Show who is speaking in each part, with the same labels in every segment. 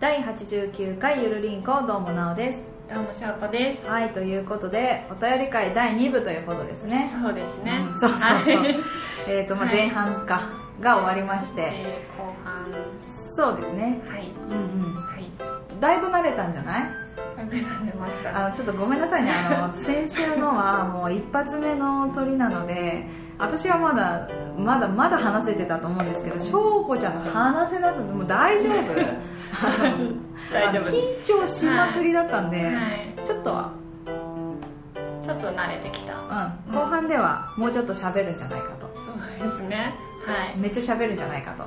Speaker 1: 第89回ゆるりんこどうもなおです
Speaker 2: どうもしょうこです。
Speaker 1: はいということでお便り会第2部ということですね
Speaker 2: そうですね。
Speaker 1: うんそうそうそう、
Speaker 2: はい
Speaker 1: えっと、まあ、
Speaker 2: はい
Speaker 1: 前半かが終わりまして
Speaker 2: えー後半
Speaker 1: そうですね
Speaker 2: はい
Speaker 1: うんうん
Speaker 2: はい
Speaker 1: だいぶ慣れたんじゃない
Speaker 2: 食べられました。
Speaker 1: あのちょっとごめんなさいねあ の先週のはもう一発目の鳥なので私はまだまだまだ話せてたと思うんですけど翔子ちゃんの話せなさもう大丈 夫あの
Speaker 2: 大丈夫
Speaker 1: あの緊張しまくりだったんで、
Speaker 2: はい。
Speaker 1: ちょっとは、
Speaker 2: ちょっと慣れてきた
Speaker 1: う。ん、後半ではもうちょっと喋るんじゃないかと
Speaker 2: そうですね。はい。
Speaker 1: めっちゃ喋るんじゃないかと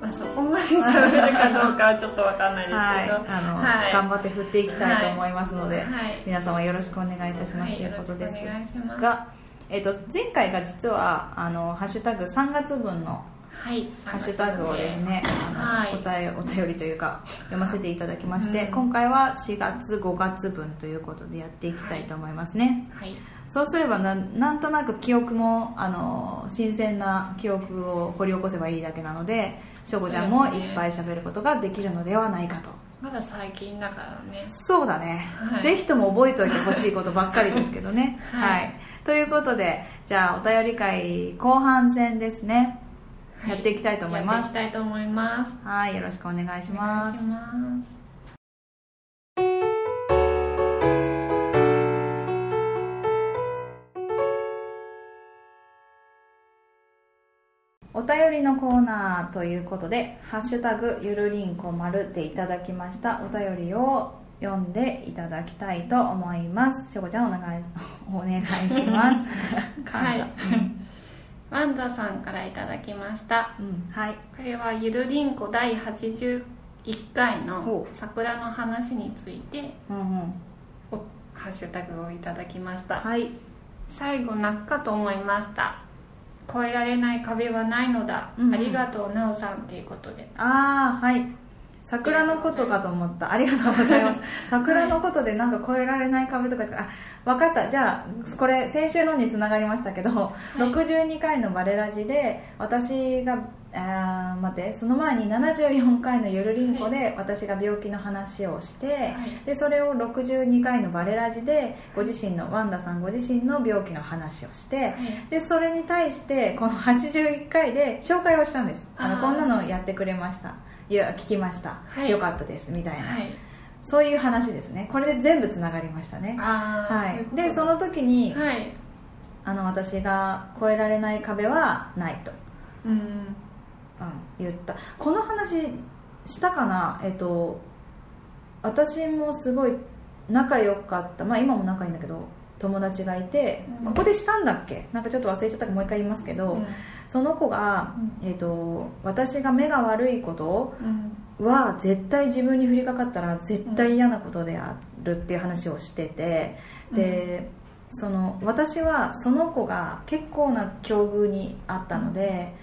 Speaker 2: まあそこまで喋るかどうかはちょっとわかんないです
Speaker 1: はい
Speaker 2: けど、
Speaker 1: あの、
Speaker 2: はい
Speaker 1: 頑張って振っていきたいと思いますので、
Speaker 2: はい。
Speaker 1: 皆様よろしくお願いいたしま
Speaker 2: は
Speaker 1: す、
Speaker 2: い。
Speaker 1: とい
Speaker 2: よ
Speaker 1: う
Speaker 2: ろ
Speaker 1: こ
Speaker 2: しく
Speaker 1: と
Speaker 2: お
Speaker 1: です
Speaker 2: 願いします。
Speaker 1: が、えっと前回が実はあの「ハッシュタグ #3 月分」の
Speaker 2: はい。
Speaker 1: ハッシュタグをですねあの
Speaker 2: はい
Speaker 1: 答えお便りというか読ませていただきまして、
Speaker 2: うん
Speaker 1: 今回は4月5月分ということでやっていきたいと思いますね、
Speaker 2: はい。
Speaker 1: そうすればなんなんとなく記憶もあの新鮮な記憶を掘り起こせばいいだけなので翔子ちゃんも
Speaker 2: そうですね
Speaker 1: いっぱい喋ることができるのではないかと
Speaker 2: まだ最近だからね。
Speaker 1: そうだね、
Speaker 2: はい
Speaker 1: ぜひとも覚えておいてほしいことばっかりですけどねは
Speaker 2: はい
Speaker 1: い、ということでじゃあお便り会後半戦ですね
Speaker 2: はい
Speaker 1: やっていきたいと思います
Speaker 2: やっていきたいと思います。
Speaker 1: はいよろしくお願いしま
Speaker 2: お願い
Speaker 1: す
Speaker 2: します。
Speaker 1: お便りのコーナーということで「ハッシュタグゆるりんこまる」でいただきましたお便りを読んでいただきたいと思いますしょこちゃんお願いお願いします
Speaker 2: はい
Speaker 1: 噛ん
Speaker 2: ワンザさんからいただきました。
Speaker 1: だうん、うんはい
Speaker 2: これはゆるりんこ第81回
Speaker 1: ほ
Speaker 2: の
Speaker 1: う
Speaker 2: 桜の話について
Speaker 1: うんうん
Speaker 2: おハッシュタグをいただきました
Speaker 1: はい
Speaker 2: 最後泣くかと思いました越えられない壁はないのだ、
Speaker 1: うんうん
Speaker 2: ありがとうなおさんっていうことで
Speaker 1: ああはい桜のことかと思ったありがとうござい ます桜のことでなんか越えられない壁とかあ分かったじゃあこれ先週のにつながりましたけど、
Speaker 2: い
Speaker 1: 62回の「バレラジで」私があー待ってその前に74回の「ゆるりんこ」で私が病気の話をして、
Speaker 2: い
Speaker 1: でそれを62回の「バレラジで」ご自身のワンダさんご自身の病気の話をして、でそれに対してこの81回で紹介をしたんですあの
Speaker 2: あー
Speaker 1: こんなのやってくれましたいや聞きました、
Speaker 2: はい
Speaker 1: よかったですみたいな、
Speaker 2: はい
Speaker 1: そういう話ですねこれで全部つながりましたね
Speaker 2: ああ
Speaker 1: はいでその時に、
Speaker 2: はい
Speaker 1: あの私が越えられない壁はないと、
Speaker 2: うん
Speaker 1: うん、言ったこの話したかなえっと私もすごい仲良かったまあ今も仲いいんだけど友達がいて、
Speaker 2: うん
Speaker 1: ここでしたんだっけなんかちょっと忘れちゃったからもう一回言いますけど、
Speaker 2: うん
Speaker 1: その子が、えー、と私が目が悪いこと
Speaker 2: うん
Speaker 1: は絶対自分に降りかかったら絶対嫌なことであるっていう話をしてて、でその私はその子が結構な境遇にあったので、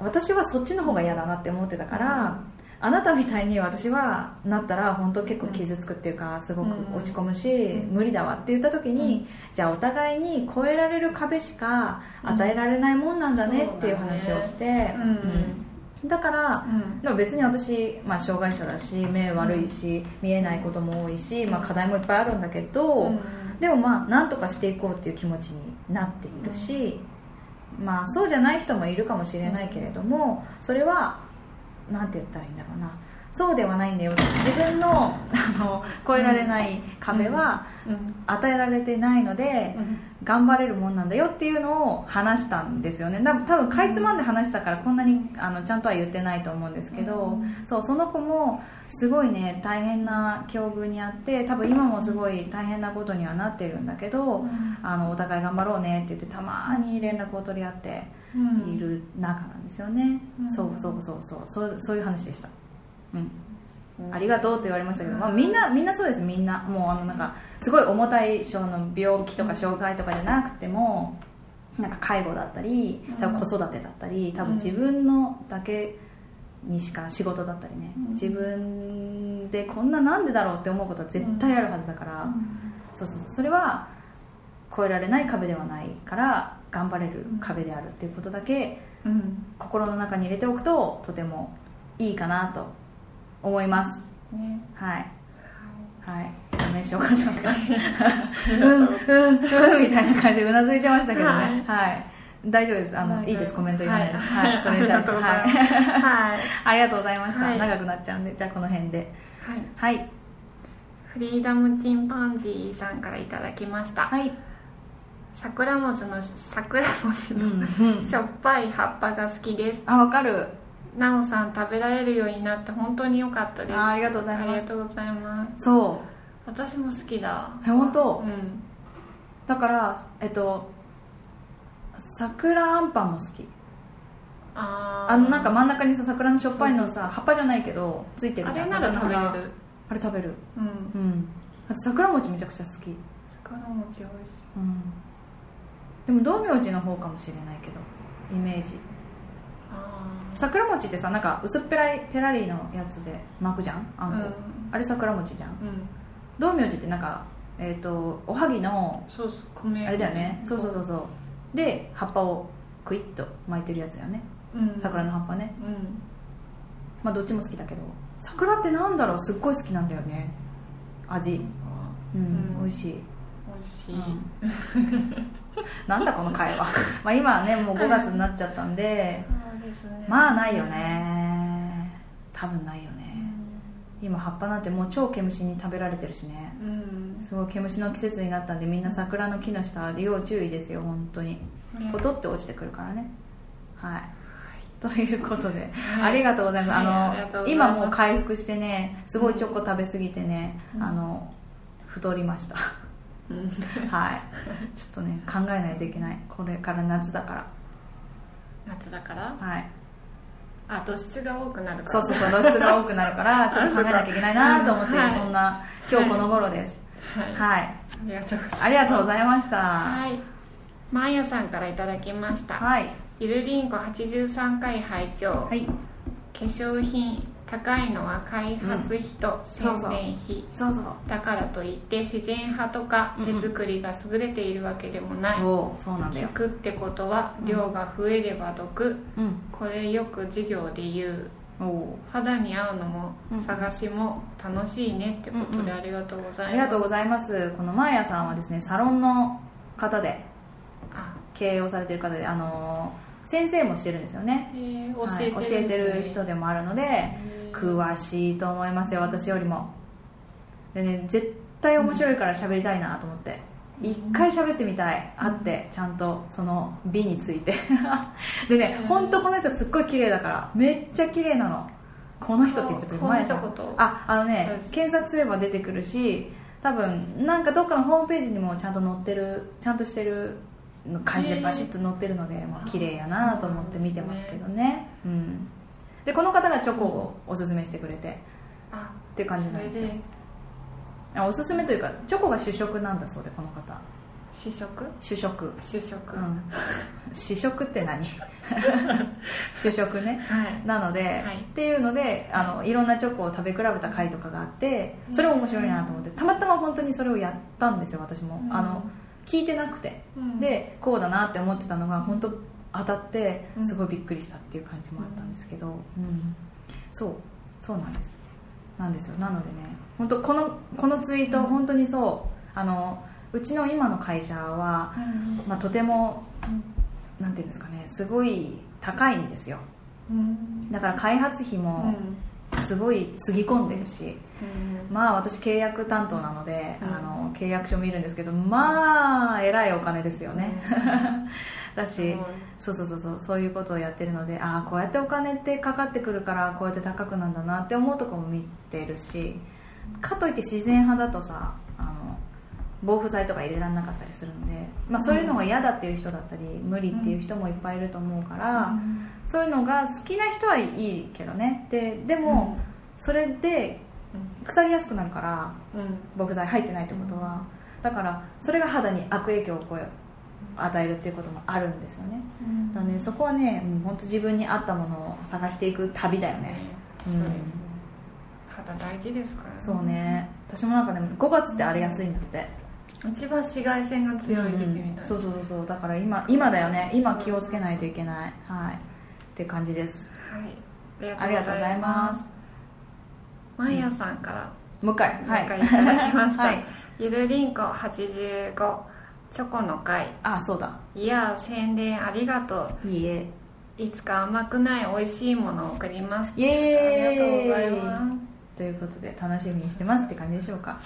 Speaker 1: 私はそっちの方が嫌だなって思ってたから、あなたみたいに私はなったら本当結構傷つくっていうかすごく落ち込むし、
Speaker 2: うん
Speaker 1: 無理だわって言った時に、じゃあお互いに越えられる壁しか与えられないもんなんだねっていう話をして、
Speaker 2: うん
Speaker 1: うんだから
Speaker 2: うん
Speaker 1: でも別に私、まあ、障害者だし目悪いし、見えないことも多いし、まあ、課題もいっぱいあるんだけど、
Speaker 2: うん
Speaker 1: でもまあなんとかしていこうっていう気持ちになっているし、まあ、そうじゃない人もいるかもしれないけれどもそれはなんて言ったらいいんだろうなそうではないんだよ自分のあの越えられない壁は
Speaker 2: うん
Speaker 1: 与えられてないので
Speaker 2: う、ん
Speaker 1: 頑張れるもんなんだよっていうのを話したんですよねだ多分かいつまんで話したからこんなにあのちゃんとは言ってないと思うんですけど、
Speaker 2: うん
Speaker 1: そうその子もすごいね大変な境遇にあって多分今もすごい大変なことにはなってるんだけど、
Speaker 2: うん
Speaker 1: あのお互い頑張ろうねって言ってたまに連絡を取り合って
Speaker 2: うん
Speaker 1: いる仲なんですよね、
Speaker 2: うん
Speaker 1: そうそうそうそうそうそういう話でしたうん
Speaker 2: うん
Speaker 1: ありがとうって言われましたけど、まあ、みんなみんなそうですみんなもうあのなんかすごい重たい症の病気とか障害とかじゃなくてもなんか介護だったり多分子育てだったり多分自分のだけにしか仕事だったりね、
Speaker 2: うん
Speaker 1: 自分でこんななんでだろうって思うことは絶対あるはずだから、そうそうそうそれは越えられない壁ではないから頑張れる壁であるっていうことだけ
Speaker 2: うん
Speaker 1: 心の中に入れておくととてもいいかなと思います
Speaker 2: ね
Speaker 1: はい
Speaker 2: は
Speaker 1: はいダメでしょうかしょうか
Speaker 2: い
Speaker 1: うんうんうんみたいな感じでうなずいてましたけどね
Speaker 2: は
Speaker 1: はいい、大丈夫ですあの、い、いですコメントいらないですはい、それに対して
Speaker 2: は
Speaker 1: はいい
Speaker 2: はい
Speaker 1: ありがとうございました、
Speaker 2: はい
Speaker 1: 長くなっちゃうんでじゃあこの辺で
Speaker 2: はい
Speaker 1: はい
Speaker 2: フリーダムチンパンジーさんからいただきました、
Speaker 1: はい
Speaker 2: 桜餅の桜餅
Speaker 1: うん
Speaker 2: の、
Speaker 1: うん
Speaker 2: しょっぱい葉っぱが好きです
Speaker 1: あわかる
Speaker 2: なおさん食べられるようになって本当に良かったです
Speaker 1: あありがとうございます
Speaker 2: ありがとうございます
Speaker 1: そう
Speaker 2: 私も好きだ
Speaker 1: え本当
Speaker 2: うん
Speaker 1: だからえっと桜あんぱんも好き
Speaker 2: あー
Speaker 1: あのなんか真ん中にさ桜のしょっぱいのさ葉っぱじゃないけどついてる
Speaker 2: あ
Speaker 1: じゃ
Speaker 2: れ
Speaker 1: ん
Speaker 2: なら食べ
Speaker 1: 桜の
Speaker 2: れ
Speaker 1: 花
Speaker 2: る
Speaker 1: あれ食べる
Speaker 2: うん
Speaker 1: うんあと桜餅めちゃくちゃ好き
Speaker 2: 桜餅美味しい
Speaker 1: うんでも道明寺の方かもしれないけどイメージ
Speaker 2: あ
Speaker 1: 桜餅ってさなんか薄っぺらいペラリのやつで巻くじゃん
Speaker 2: あ
Speaker 1: あ
Speaker 2: うん
Speaker 1: こ、
Speaker 2: ん
Speaker 1: あれ桜餅じゃん
Speaker 2: うん
Speaker 1: 道明寺ってなんかえっ、とおはぎの
Speaker 2: そうそう米
Speaker 1: あれだよねそうそうそうそうで葉っぱをクイッと巻いてるやつだよね
Speaker 2: うん
Speaker 1: 桜の葉っぱね
Speaker 2: うん
Speaker 1: まあどっちも好きだけど桜ってなんだろうすっごい好きなんだよね味うん、
Speaker 2: うん
Speaker 1: 美味しい、
Speaker 2: 美味しい、
Speaker 1: なんだこ の会話 まあ今はねもう5月になっちゃったんで
Speaker 2: そうですね
Speaker 1: まあないよね多分ないよね今葉っぱなんてもう超毛虫に食べられてるしね
Speaker 2: うん、
Speaker 1: すごい毛虫の季節になったんでみんな桜の木の下は要注意ですよ本当に
Speaker 2: うん
Speaker 1: ポトって落ちてくるからねはいということで、あ
Speaker 2: はい
Speaker 1: りがとうございます、
Speaker 2: はいありが
Speaker 1: あ
Speaker 2: と
Speaker 1: の
Speaker 2: うございます
Speaker 1: 今もう回復してねすごいチョコ食べ過ぎてね、
Speaker 2: うん
Speaker 1: あの太りま した
Speaker 2: うん
Speaker 1: はいちょっとね考えないといけないこれから夏だか
Speaker 2: 夏だから
Speaker 1: らはい
Speaker 2: あ土質が多くなるから
Speaker 1: そうそうそう露出が多くなる からちょっと考えなきゃいけないなと思って、
Speaker 2: はい
Speaker 1: そんな今日この頃です
Speaker 2: はい、あ
Speaker 1: はい
Speaker 2: りがとうございます
Speaker 1: ありがとうございました
Speaker 2: はいマーヤさんからいただきました、
Speaker 1: はい
Speaker 2: ゆるりんこ83回拝聴、
Speaker 1: はい
Speaker 2: 化粧品高いのは開発費と宣
Speaker 1: そうそう
Speaker 2: 伝費、
Speaker 1: そうそう
Speaker 2: だからといって自然派とか
Speaker 1: うんう
Speaker 2: 手
Speaker 1: ん
Speaker 2: 作りが優れているわけでもない、
Speaker 1: そうそうなんだ
Speaker 2: 聞
Speaker 1: よ
Speaker 2: くってことは量が増えれば毒、
Speaker 1: うん
Speaker 2: これよく授業で言う
Speaker 1: おお
Speaker 2: 肌に合うのも
Speaker 1: うん
Speaker 2: 探しも楽しいねってこと
Speaker 1: うんう
Speaker 2: で
Speaker 1: ん
Speaker 2: ありがとうござ
Speaker 1: あ
Speaker 2: い
Speaker 1: り
Speaker 2: ま
Speaker 1: が
Speaker 2: す、
Speaker 1: とうございますこのマーヤさんはですねサロンの方で
Speaker 2: あ
Speaker 1: 経営をされてる方であの先生もしてるんですよね
Speaker 2: えー
Speaker 1: は
Speaker 2: 教えてるん
Speaker 1: い
Speaker 2: です
Speaker 1: 教
Speaker 2: ね、
Speaker 1: えてる人でもあるので
Speaker 2: えー
Speaker 1: 詳しいと思いますよ私よりもでね絶対面白いから喋りたいなと思って一回喋ってみたい会ってちゃんとその美について でね本当この人すっごい綺麗だからめっちゃ綺麗なのこの人って言っちゃっ
Speaker 2: こ
Speaker 1: た
Speaker 2: う見
Speaker 1: 前
Speaker 2: た
Speaker 1: さ
Speaker 2: こと
Speaker 1: ああの
Speaker 2: そう
Speaker 1: ね
Speaker 2: です
Speaker 1: 検索すれば出てくるし多分なんかどっかのホームページにもちゃんと載ってるちゃんとしてるの感じ
Speaker 2: へ
Speaker 1: で
Speaker 2: え
Speaker 1: バシッと載ってるので、まあ
Speaker 2: あ
Speaker 1: 綺麗やなと思って見てますけどねうんでこの方がチョコをおすすめしてくれて
Speaker 2: あ
Speaker 1: っていう感じ
Speaker 2: そ
Speaker 1: なん
Speaker 2: れ
Speaker 1: ですよ
Speaker 2: で
Speaker 1: あおすすめというかチョコが主食なんだそうでこの方
Speaker 2: 試食
Speaker 1: 主食
Speaker 2: 主食、
Speaker 1: うん 主食って何 主食ね
Speaker 2: はい
Speaker 1: なので、
Speaker 2: はい
Speaker 1: っていうのであのいろんなチョコを食べ比べた回とかがあってそれも面白いなと思ってたまたま本当にそれをやったんですよ私も、
Speaker 2: うん
Speaker 1: あの聞いてなくて、
Speaker 2: うん
Speaker 1: でこうだなって思ってたのが本当当たって
Speaker 2: うん
Speaker 1: すごいびっくりしたっていう感じもあったんですけど、うんそうそうなんですなんですよなのでね本当このこのツイート
Speaker 2: うん
Speaker 1: 本当にそうあのうちの今の会社は、
Speaker 2: うん
Speaker 1: まあ、とてもなんていうんですかねすごい高いんですよ
Speaker 2: うん
Speaker 1: だから開発費
Speaker 2: う
Speaker 1: も
Speaker 2: ん
Speaker 1: すごいつぎ込んでるし、
Speaker 2: うん
Speaker 1: まあ私契約担当なので、
Speaker 2: うん
Speaker 1: あの契約書見るんですけどまあえらいお金ですよね、 だ
Speaker 2: すごい
Speaker 1: しそうそうそうそうそういうことをやってるのでああこうやってお金ってかかってくるからこうやって高くなんだなって思うとこも見てるしかといって自然派だとさあの防腐剤とか入れられなかったりするので、まあ、そういうのが嫌だっていう人だったり無理っていう人もいっぱいいると思うから、
Speaker 2: うん
Speaker 1: そういうのが好きな人はいいけどねででも、それで腐りやすくなるから
Speaker 2: うんうん
Speaker 1: 防腐剤入ってないってことは、だからそれが肌に悪影響をこう与えるっていうこともあるんですよね
Speaker 2: うん
Speaker 1: だからねそこはね本当自分に合ったものを探していく旅だよね
Speaker 2: そううんですね肌大事ですからね
Speaker 1: そうね私もなんかね5月って荒れやすいんだって
Speaker 2: 一番紫外線が強い時期みたいな、
Speaker 1: うんそうそうそうそうだから今今だよね今気をつけないといけないはいっていう感じです
Speaker 2: はい
Speaker 1: ありがとうございます
Speaker 2: マイヤさんから
Speaker 1: もう一回
Speaker 2: ご
Speaker 1: は
Speaker 2: 紹
Speaker 1: い
Speaker 2: 介いただきまし た、
Speaker 1: はい
Speaker 2: ゆるりんこ85チョコの会
Speaker 1: あそうだ
Speaker 2: いや宣伝ありがと
Speaker 1: いいえ
Speaker 2: ういつか甘くない美味しいものを送ります
Speaker 1: イエーイ
Speaker 2: ありがとうございま
Speaker 1: ということで楽しみにしてますって感じでしょうか、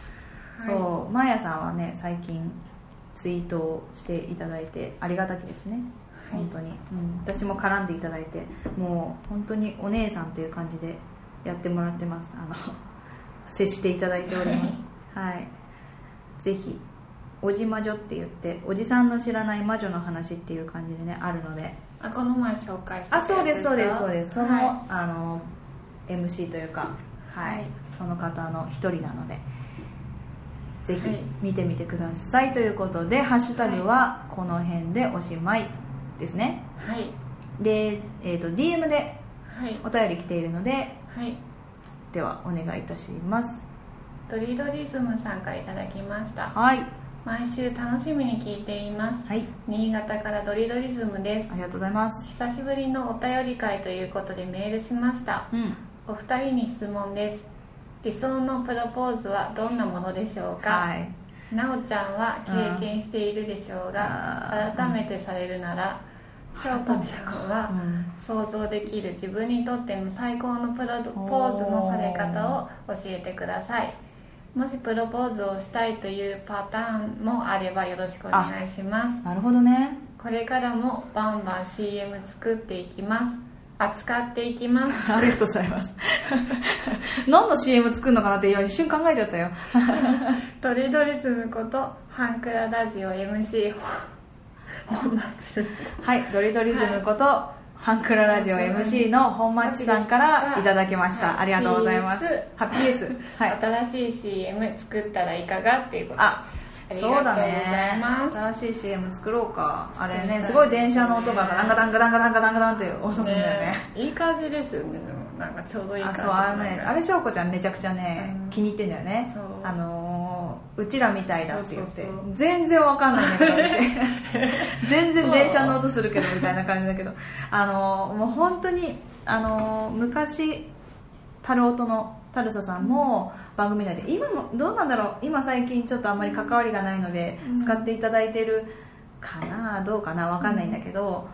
Speaker 2: すはい
Speaker 1: そうマーヤさんはね最近ツイートをしていただいてありがたきですね
Speaker 2: はい
Speaker 1: 本当に、うん、私も絡んでいただいてもう本当にお姉さんという感じでやってもらってますあの 接していただいており ますはいぜひおじ魔女って言っておじさんの知らない魔女の話っていう感じでねあるので
Speaker 2: あこの前紹介した
Speaker 1: あそうですそうですそうですその、
Speaker 2: は
Speaker 1: あの MC というかはい、
Speaker 2: はい
Speaker 1: その方の一人なのでぜひ
Speaker 2: はい
Speaker 1: 見てみてください、ということでハッシュタグはこの辺でおしまいですね
Speaker 2: いはい
Speaker 1: で、えー、と DM で
Speaker 2: はい
Speaker 1: お便り来ているので
Speaker 2: はい
Speaker 1: ではお願いいたします
Speaker 2: ドリドリズムさんからいただきました
Speaker 1: はい
Speaker 2: 毎週楽しみに聞いています
Speaker 1: はい
Speaker 2: 新潟からドリドリズムです
Speaker 1: ありがとうございます
Speaker 2: 久しぶりのお便り会ということでメールしました
Speaker 1: うん
Speaker 2: お二人に質問です理想のプロポーズはどんなものでしょう
Speaker 1: は
Speaker 2: か、
Speaker 1: い
Speaker 2: なおちゃんは経験しているでしょうが
Speaker 1: あー
Speaker 2: 改めてされるならしょうこちゃんは
Speaker 1: うん
Speaker 2: 想像できる自分にとっての最高のプロポーズのされ方を教えてくださいもしプロポーズをしたいというパターンもあればよろしくお願いします
Speaker 1: なるほどね
Speaker 2: これからもバンバン CM 作っていきます扱っていきま す
Speaker 1: ありがとうございます何の CM 作るのかなって今一瞬考えちゃったよ
Speaker 2: トリドリズムことハンクララジオ MC 本松
Speaker 1: はい、ドリドリズムこと、ハンクララジオ MC の本町さんか
Speaker 2: 本町さん
Speaker 1: ら
Speaker 2: が
Speaker 1: いただきまし
Speaker 2: はい
Speaker 1: た。ありがとうございます。ハッピーエース。はい。
Speaker 2: 新しい CM 作ったらいかがっていうこと
Speaker 1: あ、
Speaker 2: りがとう
Speaker 1: そう
Speaker 2: ござ
Speaker 1: だ
Speaker 2: い
Speaker 1: ね
Speaker 2: ます。
Speaker 1: 新しい CM 作ろうか。あれ
Speaker 2: 作りたい
Speaker 1: ね、すごい電車の音が
Speaker 2: ね
Speaker 1: ダンガダンガダンガダンガダンガダンって音するんだよね。
Speaker 2: えいい感じですよねでもなんかちょうどいい感
Speaker 1: あ、
Speaker 2: じ
Speaker 1: そう、あのね、あれ
Speaker 2: そ
Speaker 1: 翔子ちゃんめちゃくちゃね
Speaker 2: うん、
Speaker 1: 気に入ってんだよね
Speaker 2: そう。
Speaker 1: あのー、うちらみたいだって言って
Speaker 2: そうそうそう
Speaker 1: 全然わかんないんだけど 私全然電車の音するけどみたいな感じだけどあのーもう本当にあのー昔タルオトのタルサさんも番組内で今もどうなんだろう今最近ちょっとあんまり関わりがないので
Speaker 2: うん
Speaker 1: 使っていただいてるかなどうかなわかんないんだけど、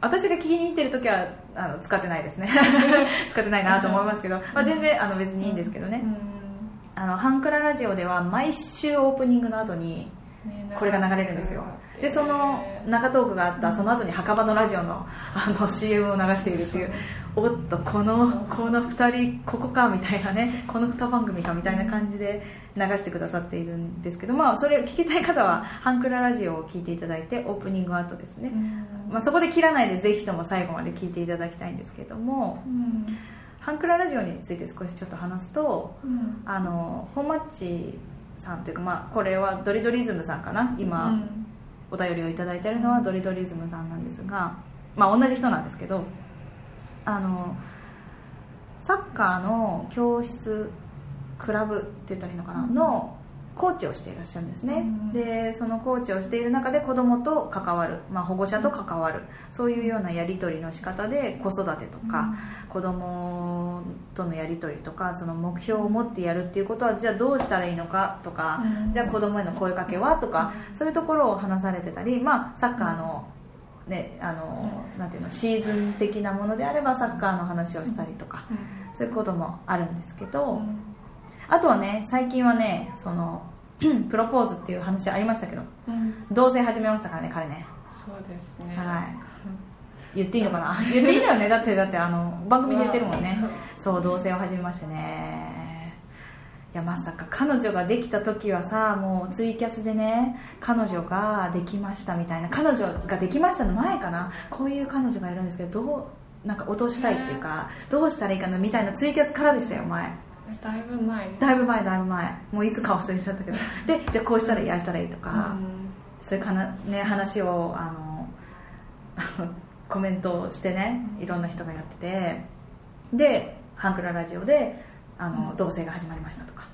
Speaker 1: 私が気に入ってる時はあの使ってないですね 使ってないなと思いますけど、まあ、全然あの別にいいんですけどね、あのハンクララジオでは毎週オープニングの後にこれが流れるんですよでその中トークがあったその後に墓場のラジオのあの CM を流しているっていうおっとこのこの2人ここかみたいなねこの2番組かみたいな感じで流してくださっているんですけどまあそれを聞きたい方はハンクララジオを聞いていただいてオープニング後ですね、まあ、そこで切らないでぜひとも最後まで聞いていただきたいんですけどもハンクララジオについて少しちょっと話すとあの本マッチさんというか、まあ、これはドリドリズムさんかな今、お便りをいただいてるのはドリドリズムさんなんですが、まあ、同じ人なんですけどあのサッカーの教室クラブって言ったらいいのかなのコーチをしていらっしゃるんですね、
Speaker 2: うん
Speaker 1: でそのコーチをしている中で子供と関わる、まあ、保護者と関わるそういうようなやり取りの仕方で子育てとか、子供とのやり取りとかその目標を持ってやるっていうことはじゃあどうしたらいいのかとか、
Speaker 2: うん
Speaker 1: じゃあ子供への声かけはとか、そういうところを話されてたり、まあ、サッカーの,、ねあのなんていうのシーズン的なものであればサッカーの話をしたりとか、そういうこともあるんですけど、あとはね最近はねその プロポーズっていう話ありましたけど同棲始めましたからね彼ね。
Speaker 2: そうですね
Speaker 1: はい、言っていいのかな 言っていいんだよねだってだってあの番組で言ってるもんねそう同棲を始めましてねいやまさか彼女ができた時はさもうツイキャスでね彼女ができましたみたいな彼女ができましたの前かなこういう彼女がいるんですけどどうなんか落としたいっていうかどうしたらいいかなみたいなツイキャスからでしたよ前
Speaker 2: だいぶ前に
Speaker 1: だいぶ前だいぶ前もういつか忘れちゃったけどでじゃあこうしたらいいああしたらいいとか、
Speaker 2: うん
Speaker 1: そういうかな、ね、話をあの コメントをしてねいろんな人がやっててで「ハンクララジオで」あの、
Speaker 2: うん
Speaker 1: 同棲が始まりましたとか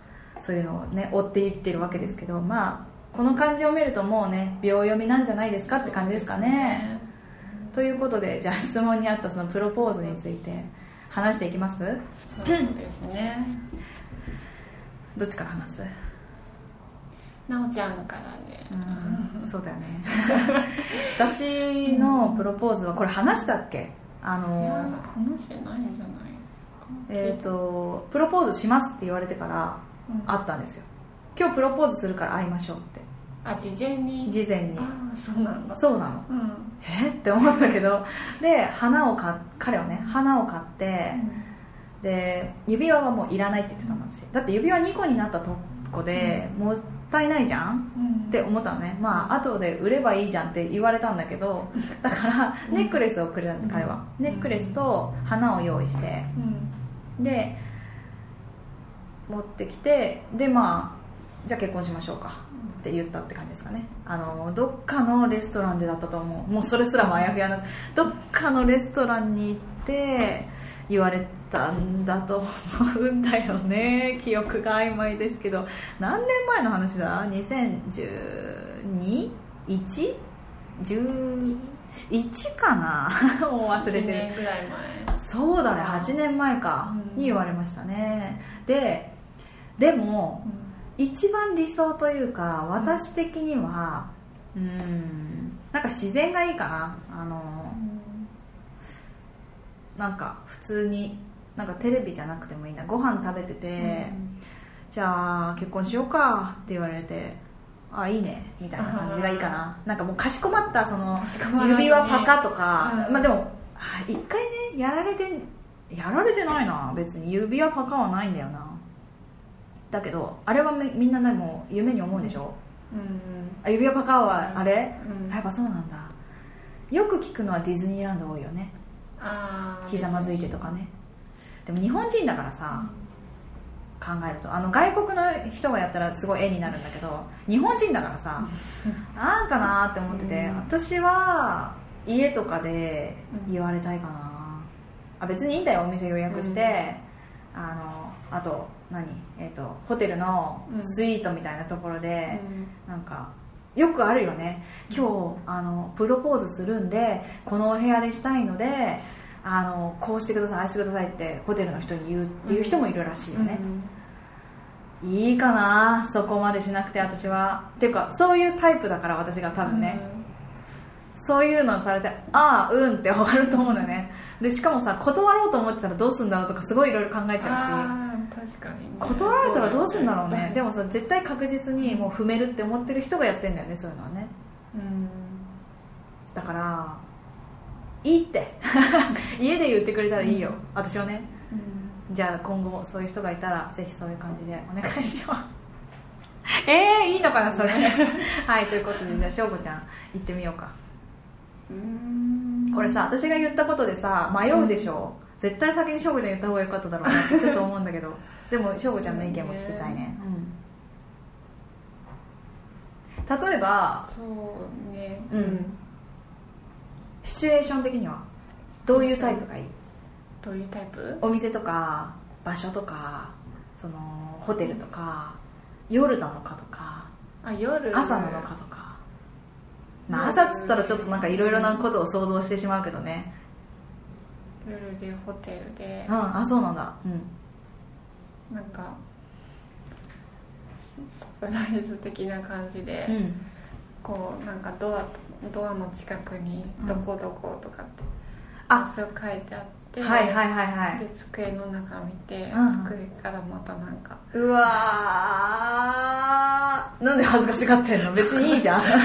Speaker 1: そういうのをね追っていってるわけですけどまあこの感じを見るともうね秒読みなんじゃないですかって感じですかねということでじゃあ質問にあったそのプロポーズについて話していきます
Speaker 2: そうですね
Speaker 1: どっちから話す
Speaker 2: なおちゃんからね、
Speaker 1: うんそうだよね 私のプロポーズはこれ話したっけあ
Speaker 2: いや
Speaker 1: の
Speaker 2: 話してないんじゃない
Speaker 1: えっ、とプロポーズしますって言われてから
Speaker 2: うん
Speaker 1: 会ったんですよ今日プロポーズするから会いましょうって
Speaker 2: あ事前に
Speaker 1: 事前に
Speaker 2: ああそうなんだ
Speaker 1: そうなの
Speaker 2: うん、
Speaker 1: えって思ったけどで花を買っ彼はね花を買ってで指輪はもういらないって言ってたんですよだって指輪2個になったとこで、もったいないじゃん
Speaker 2: うん
Speaker 1: って思ったのねまあ後で売ればいいじゃんって言われたんだけどだから
Speaker 2: うん
Speaker 1: ネックレスをくれたんです彼は
Speaker 2: うん
Speaker 1: ネックレスと花を用意して
Speaker 2: うん
Speaker 1: で持ってきてでまあじゃあ結婚しましょうかって言ったって感じですかねあのどっかのレストランでだったと思うもうそれすらもあやふやなどっかのレストランに行って言われたんだと思うんだよね記憶が曖昧ですけど何年前の話だ 2012?1?11 かな もう忘れてる
Speaker 2: 1年ぐらい
Speaker 1: そうだね
Speaker 2: あー
Speaker 1: 8年前か
Speaker 2: うん
Speaker 1: に言われましたね、ででも一番理想というか私的にはうんなんか自然がいいかなあのなんか普通になんかテレビじゃなくてもいいなご飯食べてて、
Speaker 2: 前
Speaker 1: じゃあ結婚しようかって言われてあいいねみたいな感じがいいかななんかもうかしこまったその指輪パカとか、
Speaker 2: うん
Speaker 1: まあでもあ一回ねやられてやられてないな別に指輪パカはないんだよなだけどあれはみみんなでも夢に思うでしょ、
Speaker 2: うん
Speaker 1: あ指輪パカはあれ、
Speaker 2: うん
Speaker 1: やっぱそうなんだよく聞くのはディズニーランド多いよね
Speaker 2: ああ
Speaker 1: ひざまずいてとかねでも日本人だからさ、考えるとあの外国の人がやったらすごい絵になるんだけど日本人だからさなんかなーって思ってて、
Speaker 2: うん
Speaker 1: 私は家とかで言われたいかな、あ別にいいんだよお店予約して、あのあと何、えっとホテルのスイートみたいなところで、なんかよくあるよね今日あのプロポーズするんでこのお部屋でしたいのであのこうしてくださいああしてくださいってホテルの人に言うっていう人もいるらしいよね、いいかなそこまでしなくて私はっていうかそういうタイプだから私が多分ね、そういうのをされてああうんって終わると思うんだよねでしかもさ断ろうと思ってたらどうするんだろうとかすごいいろいろ考えちゃうし
Speaker 2: ああ確かに
Speaker 1: 断られたらどうするんだろうねでもさ絶対確実にもう踏めるって思ってる人がやってんだよねそういうのはね
Speaker 2: うん
Speaker 1: だからいいって 家で言ってくれたらいいよ私はねじゃあ今後そういう人がいたらぜひそういう感じでお願いしよう えー、いいのかなそれ はいということでじゃあ翔子ちゃん行ってみようか
Speaker 2: うん
Speaker 1: これさ私が言ったことでさ迷うでしょ、絶対先に翔子ちゃん言った方が良かっただろうなってちょっと思うんだけど でも翔子ちゃんの意見も聞きたいね、うん、例えば
Speaker 2: そうね
Speaker 1: うんシチュエーション的にはどういうタイプがいい
Speaker 2: どういうタイプ
Speaker 1: お店とか場所とかそのホテルとか夜なのかとか
Speaker 2: あ夜
Speaker 1: 朝なのかとか、まあ、朝っつったらちょっとなんかいろいろなことを想像してしまうけどね
Speaker 2: 夜でホテルで
Speaker 1: うんあそうなんだうん
Speaker 2: なんかサプライズ的な感じで、
Speaker 1: うん
Speaker 2: こうなんかドアドアの近くに「どこどこ」とかって、
Speaker 1: あ
Speaker 2: そう書いてあって
Speaker 1: はいはいはいはい
Speaker 2: で机の中見て、
Speaker 1: うん
Speaker 2: 机からまたなんか
Speaker 1: うわーなんで恥ずかしがってんの別にいいじ ゃん、うん、違う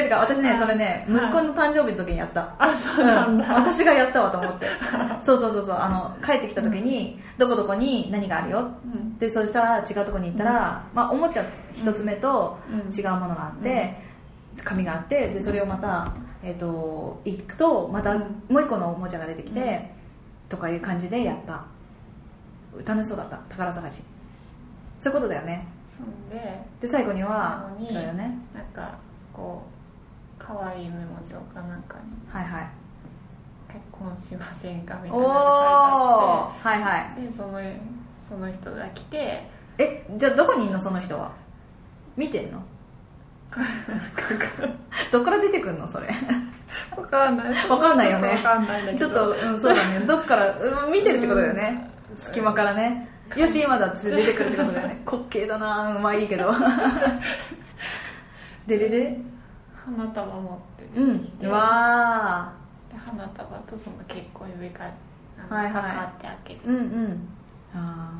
Speaker 1: 違う私ねそれね息子の誕生日の時にやった
Speaker 2: あそううんなんだ、
Speaker 1: 私がやったわと思ってそうそうそうそうあの帰ってきた時に、どこどこに何があるよ
Speaker 2: うん
Speaker 1: でそしたら違うとこに行ったら、まあ、おもちゃ一つ目と
Speaker 2: うん
Speaker 1: 違うものがあって、紙があってでそれをまた、えっと行くとまた
Speaker 2: うん
Speaker 1: もう一個のおもちゃが出てきて、
Speaker 2: うん
Speaker 1: とかいう感じでやった楽しそうだった宝探しそういうことだよね
Speaker 2: そんで
Speaker 1: で最後には
Speaker 2: 最後
Speaker 1: そ
Speaker 2: に
Speaker 1: うだよね
Speaker 2: なんかこう可愛いメモ帳かなんかに
Speaker 1: はいはい
Speaker 2: 「結婚しませんか?」みた
Speaker 1: お
Speaker 2: い
Speaker 1: お
Speaker 2: なのが
Speaker 1: ーはいはい
Speaker 2: 書いてあってでそのその人が来て
Speaker 1: えじゃあどこにいんのその人は見てんのどっから出てくんのそれ
Speaker 2: わかんない
Speaker 1: わかんないよね
Speaker 2: わかんないんだけ
Speaker 1: ちょ
Speaker 2: ど
Speaker 1: っと、うん、そうだねどっから、うん、見てるってことだよね隙間からねよし今だって出てくるってことだよね 滑稽だなうんまあいい けどででで
Speaker 2: 花束持って
Speaker 1: う
Speaker 2: 出て
Speaker 1: ん
Speaker 2: きて、
Speaker 1: わあ
Speaker 2: で花束とその結婚指輪あの
Speaker 1: はいはい
Speaker 2: かかって開けて、
Speaker 1: うんうんあ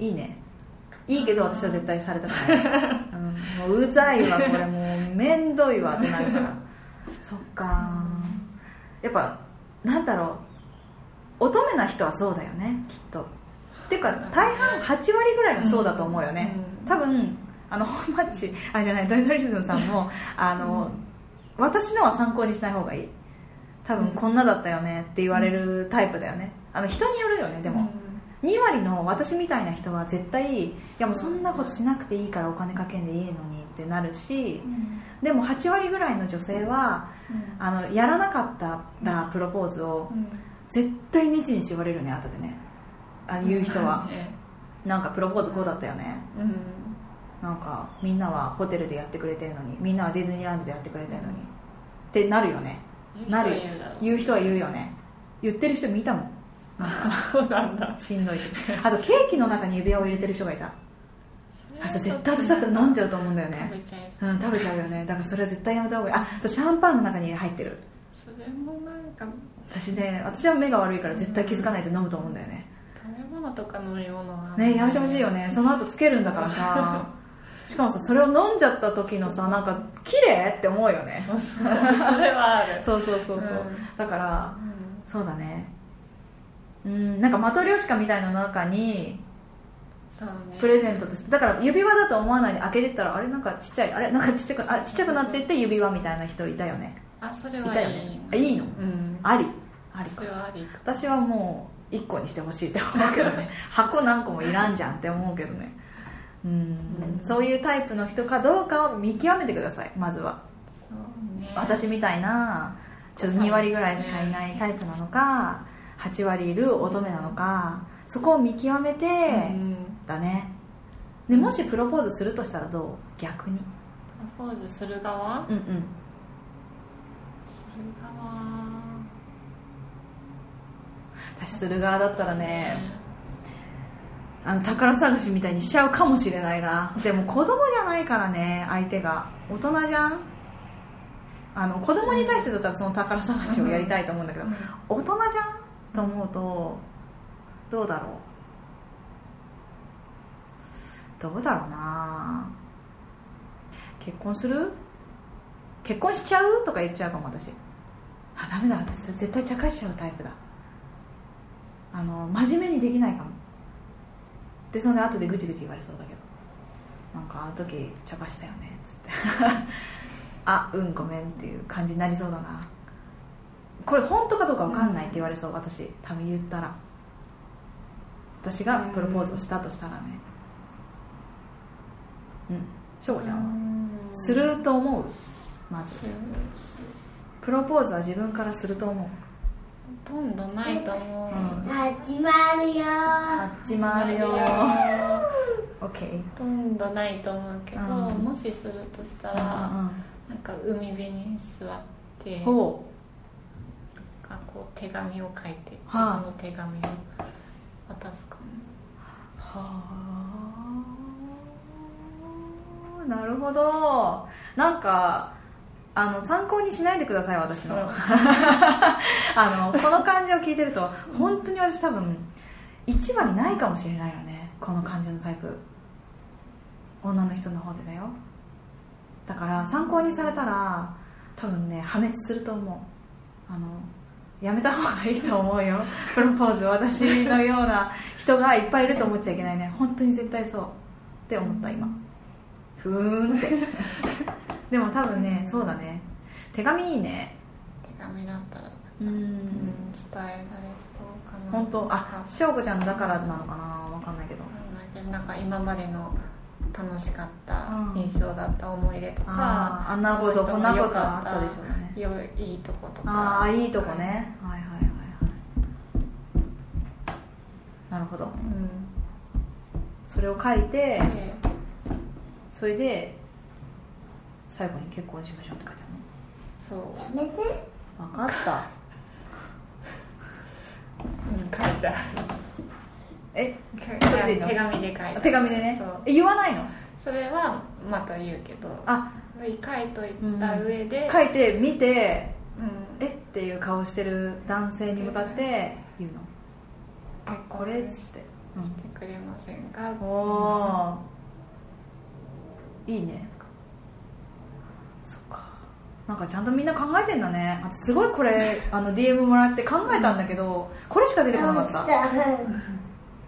Speaker 1: あいいねいいけど私は絶対されたくない、 うん、もううざいわこれもうめんどいわってなるから そっかやっぱなんだろう乙女な人はそうだよねきっとっていうか大半8割ぐらいがそうだと思うよね、
Speaker 2: うん
Speaker 1: 多分あの本マッチあじゃないドリドリズムさんもあの、私のは参考にしない方がいい多分こんなだったよねって言われるタイプだよねあの人によるよねでも、2割の私みたいな人は絶対いやもうそんなことしなくていいからお金かけんでいいのにってなるし
Speaker 2: うん、うん
Speaker 1: でも8割ぐらいの女性はあのやらなかったらプロポーズを
Speaker 2: うん
Speaker 1: 絶対ネチネチ言われるね後でねあの言う人は
Speaker 2: ね
Speaker 1: なんかプロポーズこうだったよね
Speaker 2: うん
Speaker 1: なんかみんなはホテルでやってくれてるのにみんなはディズニーランドでやってくれてるのにってなるよねなるよ
Speaker 2: 言うだろう
Speaker 1: 言う人は言うよね言ってる人見たもん
Speaker 2: そうなんだ
Speaker 1: しんどいってあとケーキの中に指輪を入れてる人がいたあそう絶対私だったら飲んじゃうと思うんだよね
Speaker 2: 食べちゃいそう
Speaker 1: うん食べちゃうよねだからそれは絶対やめた方がいいああとシャンパンの中に入ってる
Speaker 2: それもなんか
Speaker 1: 私ね私は目が悪いから絶対気づかないで飲むと思うんだよね
Speaker 2: 食べ物とか飲み物は
Speaker 1: ねやめてほしいよねその後つけるんだからさ しかもさそれを飲んじゃった時のさなんか綺麗って思うよね
Speaker 2: そうそうそれはある
Speaker 1: そうそうそうそう、
Speaker 2: うん
Speaker 1: だから
Speaker 2: うん
Speaker 1: そうだねうんなんかマトリョーシカみたいなの中に
Speaker 2: そうね
Speaker 1: プレゼントとしてだから指輪だと思わないで開けてったらあれなんかちっちゃいあれなんかちっちゃくあちっちゃくなってって指輪みたいな人いたよね
Speaker 2: あそれ
Speaker 1: い
Speaker 2: は
Speaker 1: たよ
Speaker 2: い
Speaker 1: ね
Speaker 2: い
Speaker 1: あいいの
Speaker 2: うん
Speaker 1: ありあり
Speaker 2: それはありか
Speaker 1: 私はもう1個にしてほしいって思うけどね箱何個もいらんじゃんって思うけどねうん
Speaker 2: うん
Speaker 1: そういうタイプの人かどうかを見極めてくださいまずは
Speaker 2: そうね
Speaker 1: 私みたいなちょっと2割ぐらいしかいないタイプなのか8割いる乙女なのかそこを見極めて
Speaker 2: うん
Speaker 1: だねでもしプロポーズするとしたらどう逆に
Speaker 2: プロポーズする側
Speaker 1: うんうん
Speaker 2: する側
Speaker 1: 私する側だったらねあの宝探しみたいにしちゃうかもしれないなでも子供じゃないからね相手が大人じゃんあの子供に対してだったらその宝探しをやりたいと思うんだけど
Speaker 2: うん
Speaker 1: 大人じゃんと思うとどうだろうどうだろうな結婚する結婚しちゃうとか言っちゃうかも私あダメだ私絶対茶化しちゃうタイプだあの真面目にできないかもでそんで後でぐちぐち言われそうだけどなんかあの時茶化したよねっつって あうんごめんっていう感じになりそうだなこれ本当かどうかわかんないって言われそう私多分言ったら私がプロポーズをしたとしたらねうん翔ちゃんは
Speaker 2: うん
Speaker 1: すると思うまず
Speaker 2: するする
Speaker 1: プロポーズは自分からすると思う
Speaker 2: ほとんどないと思う、
Speaker 1: うん
Speaker 3: 始まるよ
Speaker 1: あっち回るよ
Speaker 2: ないよ
Speaker 1: OK
Speaker 2: ほとんどないと思うけど、
Speaker 1: うん
Speaker 2: もしするとしたら、なんか海辺に座ってなん
Speaker 1: ほ
Speaker 2: かこう手紙を書いて、
Speaker 1: はい
Speaker 2: その手紙を渡すかも
Speaker 1: うはあなるほどなんかあの参考にしないでください私のあのこの感じを聞いてると本当に私多分1割ないかもしれないよねこの感じのタイプ女の人の方でだよだから参考にされたら多分ね破滅すると思うあのやめた方がいいと思うよプロポーズ私のような人がいっぱいいると思っちゃいけないね本当に絶対そうって思った今ふーんってでも多分ねそうだね手紙いいね
Speaker 2: 手紙だったら、
Speaker 1: う
Speaker 2: うんん、伝えられそうかな
Speaker 1: 本当あ
Speaker 2: わ
Speaker 1: 翔子ちゃんだからなのかなわかんないけど
Speaker 2: かんないけどなんか今までの楽しかった
Speaker 1: うん
Speaker 2: 印象だった思い出と
Speaker 1: あ
Speaker 2: か、
Speaker 1: ーあんなこと
Speaker 2: そ
Speaker 1: こん
Speaker 2: の人も
Speaker 1: なこ
Speaker 2: 良
Speaker 1: と
Speaker 2: か
Speaker 1: あったでしょうね
Speaker 2: 良いいいとことか
Speaker 1: ああいいとこねはいはいはいはいなるほど
Speaker 2: うん
Speaker 1: それを書いて
Speaker 2: で
Speaker 1: それで最後に結婚しましょうって書いて
Speaker 2: そう、
Speaker 3: やめて
Speaker 1: あるの分かった
Speaker 2: うん、書いた
Speaker 1: え
Speaker 2: それで手紙で書いた
Speaker 1: 手紙でね
Speaker 2: そう
Speaker 1: え言わないの
Speaker 2: それはまた言うけど
Speaker 1: あ
Speaker 2: 書いといた上で、
Speaker 1: 書いて見て
Speaker 2: うん
Speaker 1: えっていう顔してる男性に向かって言うのあこれっつって、
Speaker 2: してくれませんか
Speaker 1: うん、おーいいねそっかなんかちゃんとみんな考えてんだねあすごいこれあの DM もらって考えたんだけどこれしか出てこなかった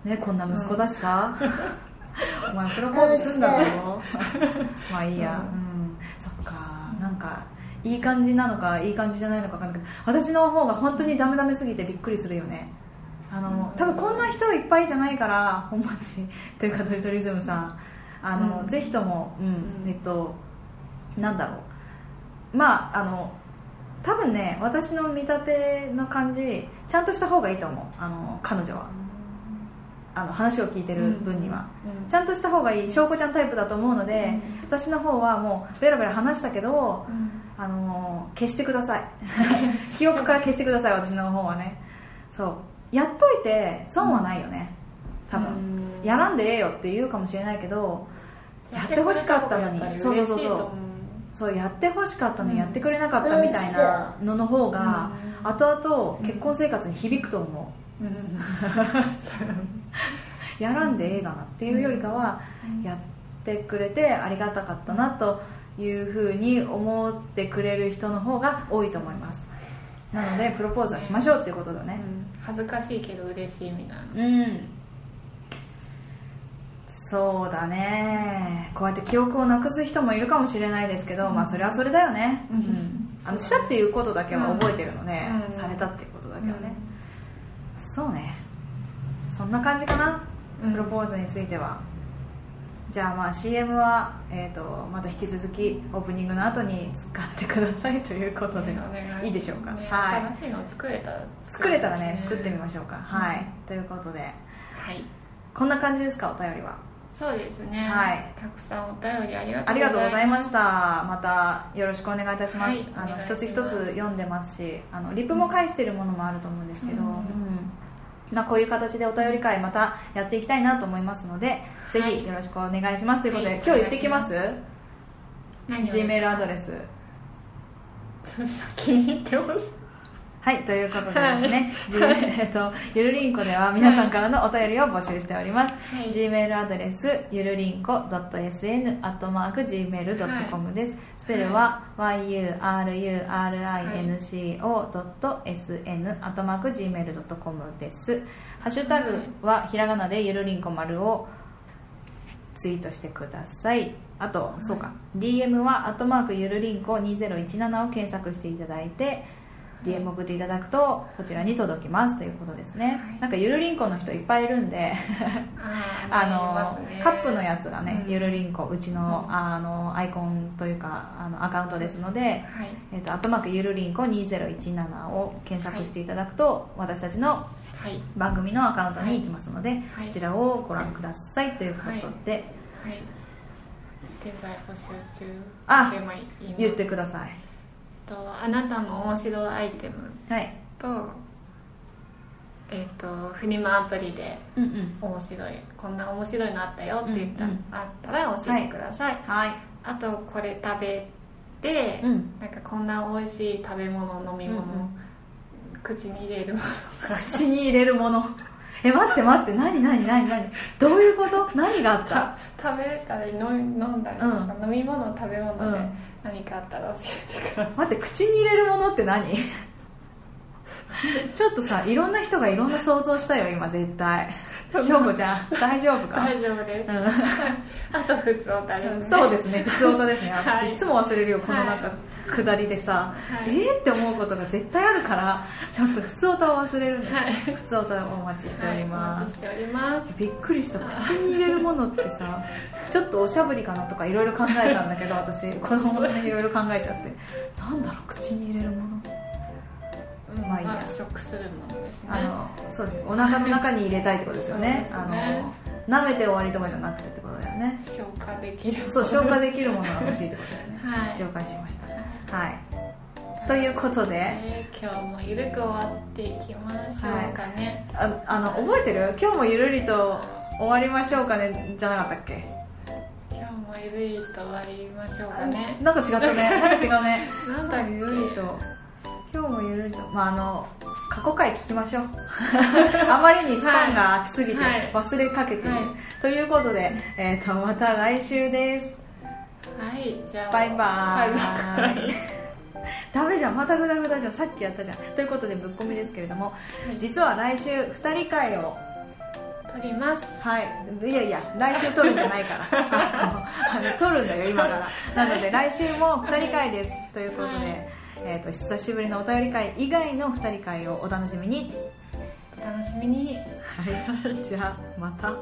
Speaker 1: ねこんな息子だしさ、 お前プロポーズすんだぞ まあいいや、
Speaker 2: う
Speaker 1: うんそっかなんかいい感じなのかいい感じじゃないのか分かんないけど私の方が本当にダメダメすぎてびっくりするよねあの、
Speaker 2: うん
Speaker 1: 多分こんな人いっぱいじゃないから本町 というかトリトリズムさんあの、
Speaker 2: うん
Speaker 1: ぜひとも、うん
Speaker 2: うん
Speaker 1: えっとなんだろうまああの多分ね私の見立ての感じちゃんとした方がいいと思うあの彼女はあの話を聞いて
Speaker 2: て
Speaker 1: る分には、、
Speaker 2: うんうん
Speaker 1: ちゃんとした方がいい翔子ちゃんタイプだと思うので、
Speaker 2: うん
Speaker 1: 私の方はもうベラベラ話したけど、
Speaker 2: うん
Speaker 1: あのー消してくだ さい記憶から消してください私の方はねそうやっといて損はないよね、多分、
Speaker 2: うん
Speaker 1: やらんでええよって言うかもしれないけどやってほ
Speaker 2: ほ
Speaker 1: しかったのに
Speaker 2: そ
Speaker 1: そうう
Speaker 2: そ
Speaker 1: そううそ
Speaker 2: そ
Speaker 1: うう
Speaker 2: そ
Speaker 1: そううそうやってほしかったの
Speaker 2: うん
Speaker 1: にやってくれなかったみたいなのの方が、
Speaker 2: うん
Speaker 1: 後々結婚生活に響くと思うやらんでええがなっていうよりかは、やってくれてありがたかったなというふうに思ってくれる人の方が多いと思いますなのでプロポーズはしましょうっていうことだね
Speaker 2: 恥ずかしいけど嬉しいみたいな
Speaker 1: うんそうだねこうやって記憶をなくす人もいるかもしれないですけど、
Speaker 2: うん
Speaker 1: まあそれはそれだよね、
Speaker 2: うん
Speaker 1: あのしたっていうことだけは覚えてるので、
Speaker 2: うん
Speaker 1: されたっていうことだけはね、そうねそんな感じかな
Speaker 2: うん
Speaker 1: プロポーズについては、じゃあまあ CM は、えー、とまた引き続きオープニングの後に使ってください ということで、
Speaker 2: ねお願します
Speaker 1: いいでしょうか、
Speaker 2: ね
Speaker 1: は
Speaker 2: 新しいの作れたら
Speaker 1: い、作れたらね作ってみま
Speaker 2: し
Speaker 1: しょうか、はいということで
Speaker 2: ょうはい
Speaker 1: こんな感じですかお便りは
Speaker 2: そうですね
Speaker 1: はい
Speaker 2: たくさんお便りありがとう
Speaker 1: ありがとうございましたまたよろしくお願いいたします、
Speaker 2: はい
Speaker 1: あ
Speaker 2: お
Speaker 1: の
Speaker 2: 願いし
Speaker 1: 一
Speaker 2: ま
Speaker 1: つ
Speaker 2: す
Speaker 1: 一つ読んでますしあのリプも返してるものもあると思うんですけど、
Speaker 2: うん
Speaker 1: うんまあ、こういう形でお便り会またやっていきたいなと思いますので、ぜひよろしくお願いしますということで、
Speaker 2: はい
Speaker 1: 今日言ってきます、
Speaker 2: 何を
Speaker 1: G メールアドレス
Speaker 2: ちょっと先に言ってます
Speaker 1: はいということでですね、G- えっとゆるりんこでは皆さんからのお便りを募集しております、
Speaker 2: はい
Speaker 1: G メールアドレスゆるりんこ .sn.gmail.com です、スペルは yurinco.sn.gmail.com です、ハッシュタグはひらがなでゆるりんこ丸をツイートしてくださいあと、そうか DM は「アットマークゆるりんこ2017」を検索していただいて DM 送っていただくとこちらに届きますということですね、
Speaker 2: はい
Speaker 1: なんかゆるりんこの人いっぱいいるんで あのカップのやつがね、
Speaker 2: うん
Speaker 1: ゆるりんこうちの,、
Speaker 2: うん
Speaker 1: あのアイコンというかあのアカウントですので
Speaker 2: つはい
Speaker 1: 「えっとアットマークゆるりんこ2017」を検索していただくと、私たちの
Speaker 2: はい
Speaker 1: 番組のアカウントに行きますので、
Speaker 2: はい
Speaker 1: そちらをご覧くださいということで、
Speaker 2: はい現在募集中
Speaker 1: あ
Speaker 2: テーマいいの
Speaker 1: 言ってください
Speaker 2: とあなたの面白いアイテム
Speaker 1: はい
Speaker 2: とえっ、とフリマアプリで
Speaker 1: うんうん
Speaker 2: 面白いこんな面白いのあったよって言った、
Speaker 1: うんうん
Speaker 2: あったら教えてください、
Speaker 1: はい
Speaker 2: あとこれ食べて、
Speaker 1: うん
Speaker 2: なんかこんな美味しい食べ物飲み物、
Speaker 1: うん
Speaker 2: 口に入れるものが
Speaker 1: 口に入れるものえ待って待って何何何何どういうこと何があったた
Speaker 2: 食べたり飲飲んだりとか、飲み物食べ物で
Speaker 1: うん
Speaker 2: 何かあったら教えてください、
Speaker 1: 待って口に入れるものって何ちょっとさいろんな人がいろんな想像したよ今絶対翔子ちゃん大丈夫か
Speaker 2: 大丈夫です、
Speaker 1: うん
Speaker 2: あと普通おたりね
Speaker 1: そうですね普通音ですね私、
Speaker 2: はい
Speaker 1: い、つも忘れるよこのなん
Speaker 2: は
Speaker 1: か下りでさ、
Speaker 2: はい
Speaker 1: えーって思うことが絶対あるからちょっと普通音を忘れるんです、
Speaker 2: はい
Speaker 1: 普通音をお待ちしてお
Speaker 2: はい
Speaker 1: り
Speaker 2: お
Speaker 1: ます、
Speaker 2: 待ちしております
Speaker 1: びっくりした口に入れるものってさちょっとおしゃぶりかなとかいろいろ考えたんだけど私子供のいろいろ考えちゃってなんだろう口に入れるもの
Speaker 2: うん
Speaker 1: まあいいや
Speaker 2: 食するものですね
Speaker 1: あのそうですお腹の中に入れたいってことですよね
Speaker 2: そうですね
Speaker 1: あの舐めて終わりとかじゃなくてってことだよね
Speaker 2: 消化できる
Speaker 1: そう消化できるものが欲しいってことだよね、
Speaker 2: はい
Speaker 1: 了解しましたはい
Speaker 2: は
Speaker 1: ということで
Speaker 2: えー今日もゆるく終わっていきましょうかね、
Speaker 1: ああの覚えてる今日もゆるりと終わりましょうかねじゃなかったっけ
Speaker 2: 今日もゆるりと終わりましょうかね
Speaker 1: なんか違ったねなんか違うね
Speaker 2: なんだ
Speaker 1: 今
Speaker 2: っ
Speaker 1: 日もゆる
Speaker 2: け
Speaker 1: りと今日もゆるりとまああの過去回聞きましょう あまりにスパンが空きすぎて
Speaker 2: はい
Speaker 1: 忘れかけている、
Speaker 2: はい
Speaker 1: ということで、えー、とまた来週です
Speaker 2: はいじゃあ
Speaker 1: バイバ
Speaker 2: バ
Speaker 1: ーイ
Speaker 2: イバイ
Speaker 1: ダメじゃんまたグダグダじゃんさっきやったじゃんということでぶっこみですけれども実は来週2人会を
Speaker 2: 撮ります
Speaker 1: はい、いやいや来週撮るんじゃないから あのあの撮るんだよ今からなので来週も2人会ですということで、
Speaker 2: はい
Speaker 1: えー、と久しぶりのお便り会以外の2人会をお楽しみに、
Speaker 2: お楽しみに
Speaker 1: はい、じゃあまた。